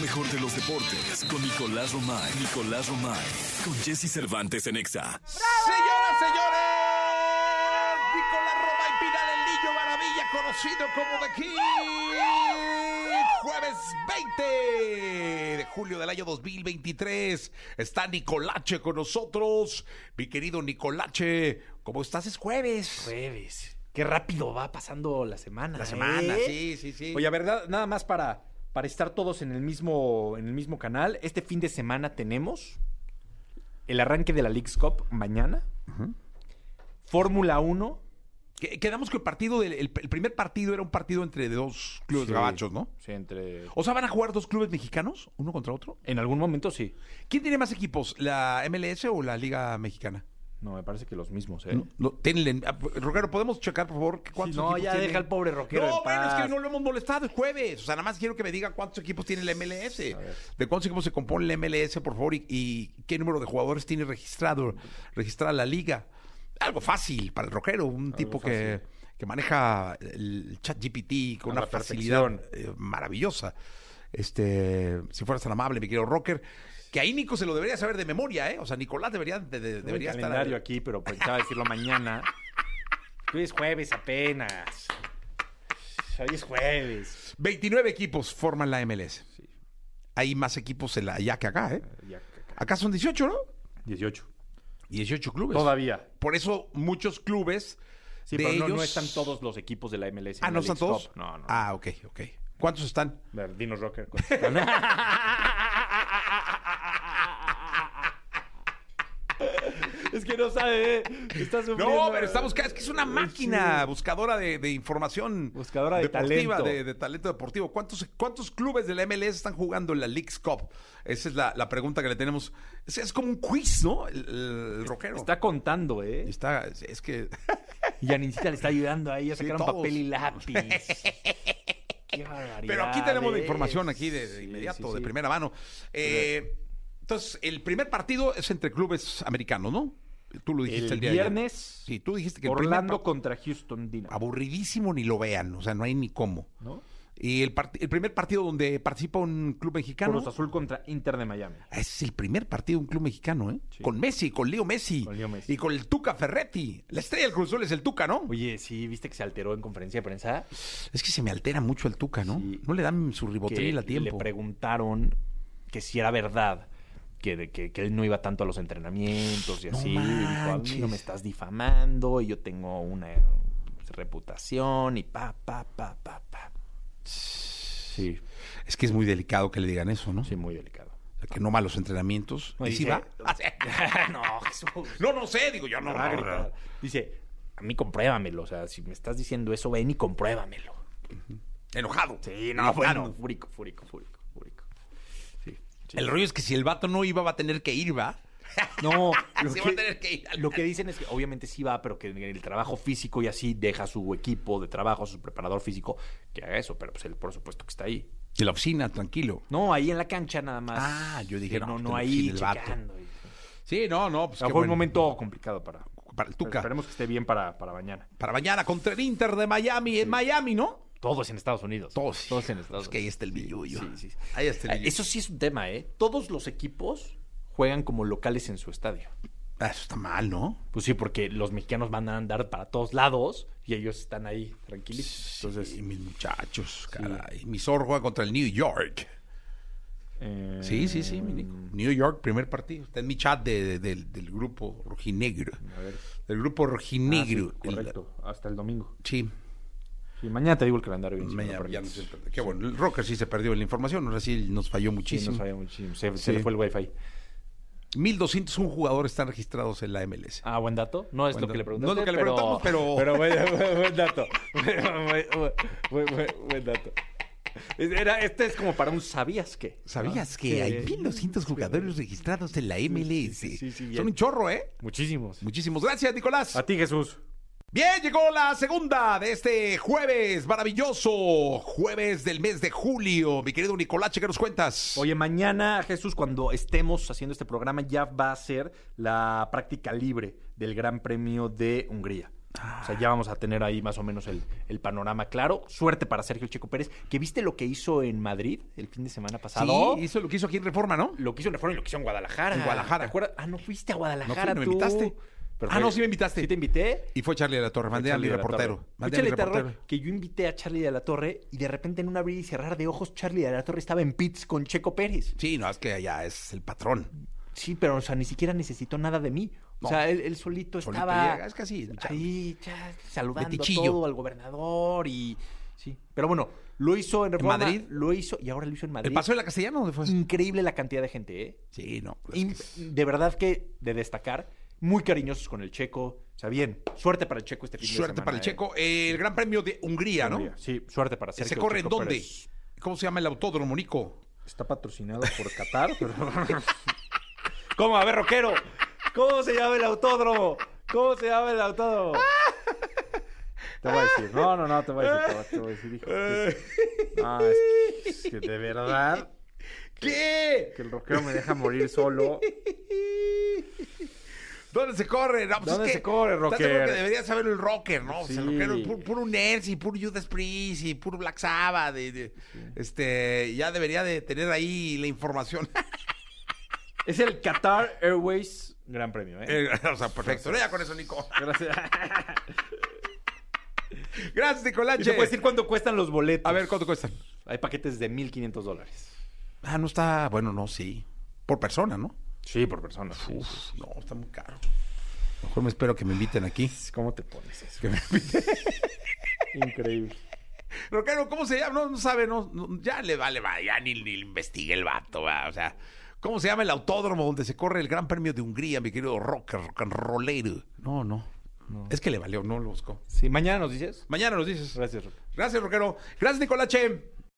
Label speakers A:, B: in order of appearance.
A: mejor de los deportes con Nicolás Romay. Nicolás Romay. Con Jesse Cervantes en Exa.
B: Señoras, señores, Nicolás Roma y Pinal, el niño maravilla, conocido como The Kid. Jueves 20 de julio del año 2023. Está Nicolache con nosotros. Mi querido Nicolache, ¿cómo estás? Es jueves.
C: Jueves. Qué rápido va pasando la semana.
B: La
C: ¿eh?
B: semana, sí, sí, sí.
C: Oye, a verdad, nada más para, para estar todos en el mismo en el mismo canal. Este fin de semana tenemos el arranque de la League's Cup mañana. Fórmula 1.
B: Que- Quedamos que el partido, del- el, el primer partido era un partido entre dos clubes
C: Sí.
B: gabachos, ¿no?
C: Sí, entre
B: O sea, ¿van a jugar dos clubes mexicanos, uno contra otro?
C: en algún momento sí.
B: ¿Quién tiene más equipos, la MLS o la Liga Mexicana?
C: No, me parece que los mismos, ¿eh?
B: No, no, tenle- ah, Rogelio, ¿podemos checar, por favor, que cuántos
C: Sí, no,
B: equipos
C: ya
B: tiene?
C: deja al pobre Rogelio
B: No,
C: en
B: bueno, es que
C: paz.
B: hoy no lo hemos molestado, es jueves. O sea, nada más quiero que me diga cuántos equipos tiene el MLS.
C: A ver.
B: ¿De cuántos equipos se compone el MLS, por favor? Y, y qué número de jugadores tiene registrado, registrada la liga. Algo fácil para el Rogelio, un tipo que, que maneja el chat GPT con
C: A
B: una
C: la
B: facilidad
C: perfección.
B: eh, maravillosa. Este, si fueras tan amable, mi querido Rocker, que ahí Nico se lo debería saber de memoria, ¿eh? O sea, Nicolás debería, de- de-
C: Tengo
B: debería
C: el
B: estar.
C: calendario aquí, pero pues, pensaba decirlo mañana. Hoy es jueves apenas. Hoy es jueves.
B: 29 equipos forman la MLS.
C: Sí.
B: Hay más equipos en la, allá que acá, ¿eh?
C: Ya,
B: Acá son 18, ¿no?
C: 18.
B: 18 clubes.
C: Todavía.
B: Por eso muchos clubes
C: Sí,
B: de
C: pero no-
B: ellos...
C: no, están todos los equipos de la MLS.
B: Ah,
C: en
B: ¿no
C: la
B: están
C: Leagues
B: todos?
C: Cup. No, no.
B: Ah, ok, ok. ¿Cuántos están?
C: A ver, dinos Rocker. es que no sabe, ¿eh? Está sufriendo.
B: No, pero está buscando... Es que es una máquina buscadora de, de información.
C: Buscadora de
B: deportiva,
C: talento.
B: De, de talento deportivo. ¿Cuántos, ¿Cuántos clubes de la MLS están jugando en la Leagues Cup? Esa es la, la pregunta que le tenemos. Es, es como un quiz, ¿no? El, el rockero.
C: Está contando, ¿eh?
B: Está- es que...
C: Y Yanisita le está ayudando ahí a
B: Sí,
C: sacar un
B: todos.
C: papel y lápiz. Qué barbaridad.
B: Pero aquí tenemos la
C: ¿eh?
B: información aquí de, de
C: Sí,
B: inmediato,
C: sí,
B: de
C: sí.
B: primera mano. Eh, entonces, el primer partido es entre clubes americanos, ¿no? Tú lo dijiste el,
C: El
B: día de ayer.
C: viernes,
B: Sí, tú dijiste que el primer Ah,
C: Orlando
B: par-
C: contra Houston Dynamo.
B: aburridísimo ni lo vean, o sea, no hay ni cómo.
C: ¿No?
B: Y el, part- el primer partido donde participa un club mexicano.
C: Cruz Azul contra Inter de Miami.
B: Es el primer partido de un club mexicano, ¿eh?
C: Sí.
B: Con Messi, con Leo Messi,
C: Con Leo Messi.
B: Y con el Tuca Ferretti. La estrella del Cruz Azul es el Tuca, ¿no?
C: Oye, sí, viste que se alteró en conferencia de prensa.
B: Es que se me altera mucho el Tuca, ¿no?
C: Sí.
B: No le dan su
C: que
B: ribotril a Pues tiempo.
C: le preguntaron que si era verdad que, de- que, que él no iba tanto a los entrenamientos y
B: No
C: así. Y dijo, a mí no
B: manches.
C: me estás difamando y yo tengo una reputación y pa, pa, pa, pa, pa. Sí,
B: Es que es muy delicado que le digan eso, ¿no?
C: sí, muy delicado.
B: O sea, que no va a los entrenamientos.
C: No,
B: ¿Y si
C: dice-
B: va? Ah, sí.
C: no, Jesús.
B: No, no sé, digo yo, no.
C: Me va a
B: no,
C: gritar. Dice, a mí compruébamelo. O sea, si me estás diciendo eso, ven y compruébamelo.
B: no. Enojado.
C: Sí, no,
B: Enojado.
C: bueno. Fúrico, fúrico, fúrico, fúrico. Sí, sí.
B: El rollo es que si el vato no iba, va a tener que ir, ¿va?
C: No, lo,
B: Ah, Sí
C: que,
B: va a tener que ir al-
C: lo que dicen es que obviamente sí va, pero que en el trabajo físico y así deja su equipo de trabajo, su preparador físico, que haga eso, pero pues él por supuesto que está ahí.
B: En la oficina, tranquilo.
C: No, ahí en la cancha nada más.
B: Ah, yo dije,
C: Sí,
B: no,
C: no,
B: está
C: no
B: en la
C: ahí
B: oficina el vato.
C: checando. y-
B: Sí, no, no. Pues
C: O sea,
B: qué
C: fue un
B: bueno.
C: momento complicado para,
B: Para el Tuca.
C: Esperemos que esté bien para, para mañana.
B: Para mañana contra el Inter de Miami. En Miami, ¿no?
C: Todos en Estados Unidos.
B: Todos.
C: Todos en
B: hijos,
C: Estados
B: Es que ahí
C: Unidos.
B: está el billuyo. Ah,
C: Sí, sí.
B: Ahí está el billuyo.
C: Eso sí es un tema, ¿eh? Todos los equipos juegan como locales en su estadio.
B: Ah, eso está mal, ¿no?
C: Pues sí, porque los mexicanos van a andar para todos lados y ellos están ahí tranquilitos. Entonces,
B: Sí, mis muchachos, caray. Mi zorro juega contra el New York. Sí, sí, sí, mi Nico. Eh, New York, primer partido. Está en mi chat de- de- del, del grupo rojinegro.
C: A ver. Ah,
B: Del grupo rojinegro. El-
C: correcto, hasta el domingo.
B: sí,
C: Sí, mañana te digo el calendario. Bien, si
B: me-
C: no lo
B: ya no
C: permites.
B: se perdió. Qué bueno. El Rocker sí se perdió en la información. Ahora sí nos falló
C: Sí,
B: muchísimo.
C: no sabía muchísimo. Se, se le
B: Sí.
C: fue el wifi.
B: 1.201 jugadores están registrados en la MLS.
C: Ah, buen dato. No es
B: Buen
C: lo que
B: dato.
C: le preguntamos.
B: No es lo que le preguntamos, pero-
C: buen, buen- buen dato. Buen, buen- buen- buen dato. Era, este es como para un sabías que.
B: ¿Sabías Ah, que
C: ah, Sí.
B: hay 1.200 jugadores registrados en la MLS?
C: sí, sí, sí, bien.
B: Son un chorro, ¿eh?
C: Muchísimos.
B: Muchísimas gracias, Nicolás.
C: A ti, Jesús.
B: Bien, llegó la segunda de este jueves maravilloso. Jueves del mes de julio. Mi querido Nicolache, ¿qué nos cuentas?
C: Oye, mañana, Jesús, cuando estemos haciendo este programa, ya va a ser la práctica libre del Gran Premio de Hungría. O sea, ya vamos a tener ahí más o menos el, el panorama claro. Suerte para Sergio Checo Pérez, que viste lo que hizo en Madrid el fin de semana pasado.
B: Sí, hizo lo que hizo aquí en Reforma, ¿no?
C: Lo que hizo en Reforma y lo que hizo en Guadalajara.
B: En Guadalajara.
C: ¿Te acuerdas? Ah, no fuiste a
B: No, fui,
C: Guadalajara.
B: no me
C: tú.
B: invitaste.
C: Pero
B: ah,
C: fue-
B: no, sí me invitaste.
C: Sí te invité.
B: Y fue Charlie de la Torre, mandé a mi
C: Charlie de la
B: reportero.
C: Torre. Fue
B: Mandé a mi
C: Charlie de la Torre,
B: reportero.
C: que yo invité a Charlie de la Torre y de repente en un abrir y cerrar de ojos, Charlie de la Torre estaba en pits con Checo Pérez.
B: Sí, no, es que allá es el patrón.
C: Sí, pero o sea, ni siquiera necesitó nada de mí. O
B: No.
C: sea, él, él solito,
B: Solito
C: estaba
B: llega, es que así,
C: ahí ya, saludando a
B: Metichillo.
C: todo al gobernador y sí. Pero bueno, lo hizo en Reforma,
B: Madrid?
C: lo hizo y ahora lo hizo en Madrid.
B: ¿El Paseo de la Castellana dónde fue?
C: Increíble la cantidad de gente, ¿eh?
B: Sí, no. Pues es
C: Im-
B: que es-
C: De verdad que de destacar, muy cariñosos con el Checo. O sea, bien, suerte para el Checo este fin de
B: Suerte
C: semana,
B: para el
C: ¿eh?
B: Checo. Eh, El Gran Premio de Hungría, ¿no?
C: Sí, suerte para Sergio
B: ¿Se corre en
C: Checo
B: dónde?
C: Pérez.
B: ¿Cómo se llama el autódromo, Nico?
C: Está patrocinado por Qatar. pero- ¿Cómo? A ver, rockero. ¿Cómo se llama el autódromo? ¿Cómo se llama el autódromo? Te voy a decir. No, no, no, te voy a decir. Te voy a, te voy a decir, hijo. Ah, es que, es que de verdad
B: ¿Qué?
C: que el rockero me deja morir solo.
B: ¿Dónde se corre? No, pues
C: ¿Dónde
B: es que-
C: se corre,
B: ¿estás
C: rocker?
B: seguro que debería saber el rocker, ¿no? Pues el
C: Sí.
B: rockero, puro, puro Nerds y puro Judas Priest y puro Black Sabbath. y de- Este, ya debería de tener ahí la información.
C: Es el Qatar Airways Gran Premio, ¿eh?
B: Eh, o sea, perfecto. Ya con eso, Nico.
C: Gracias.
B: Gracias,
C: Y
B: Nicolache.
C: te puedo decir cuánto cuestan los boletos.
B: A ver, ¿cuánto cuestan?
C: Hay paquetes de 1.500 dólares.
B: Ah, no está... Bueno, no, sí. Por persona, ¿no?
C: Sí, por persona.
B: Uf, no, está muy caro. Mejor me espero que me inviten aquí.
C: ¿Cómo te pones eso?
B: Que me inviten.
C: Increíble.
B: Rockero, ¿cómo se llama? No, no sabe, no, no, ya le vale, va, ya ni, ni le investigue el vato, va, o sea, ¿cómo se llama el autódromo donde se corre el Gran Premio de Hungría, mi querido rocker, rock and rollero? No, no, Es que le valió, no lo buscó.
C: Sí, mañana nos dices.
B: Mañana nos dices.
C: Gracias, Rock.
B: Gracias, Rockero. Gracias, Nicolache.